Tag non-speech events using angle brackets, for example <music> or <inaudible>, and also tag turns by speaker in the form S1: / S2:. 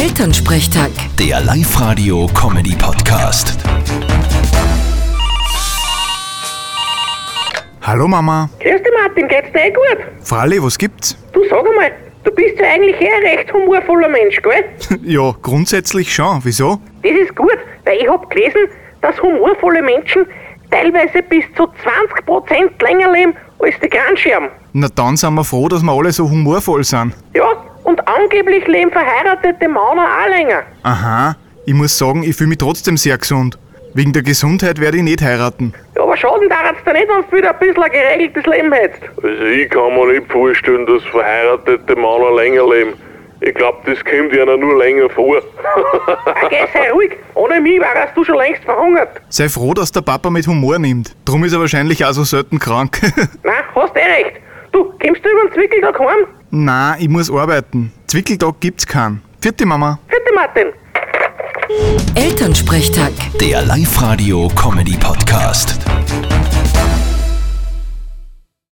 S1: Elternsprechtag.
S2: Der Live-Radio-Comedy-Podcast.
S3: Hallo Mama.
S4: Grüß dich, Martin, geht's dir eh gut?
S3: Fralli, was gibt's? <laughs>
S4: Du sag einmal, du bist ja eigentlich eh ein recht humorvoller Mensch, gell?
S3: ja, grundsätzlich schon. Wieso?
S4: Das ist gut, weil ich hab gelesen, dass humorvolle Menschen teilweise bis zu 20% länger leben als die Krankscherben.
S3: Na dann sind wir froh, dass wir alle so humorvoll sind.
S4: Ja, und angeblich leben verheiratete Männer auch länger.
S3: Aha, ich muss sagen, ich fühle mich trotzdem sehr gesund. Wegen der Gesundheit werde ich nicht heiraten.
S4: Ja, aber schaden daran da nicht, wenn du wieder ein bisschen ein geregeltes Leben hättest.
S5: Also ich kann mir nicht vorstellen, dass verheiratete Männer länger leben. Ich glaube, das kommt ihnen nur länger vor.
S4: Ah, geh, sei ruhig, ohne mich wärst du schon längst verhungert.
S3: Sei froh, dass der Papa mit Humor nimmt. Drum ist er wahrscheinlich auch so selten krank. <laughs>
S4: Na, hast eh recht. Du, kommst du über den Zwickeltag heim?
S3: Na, ich muss arbeiten. Zwickeltag gibt's keinen. Vierte Mama.
S4: Vierte Martin.
S1: Elternsprechtag.
S2: Der Live-Radio-Comedy-Podcast.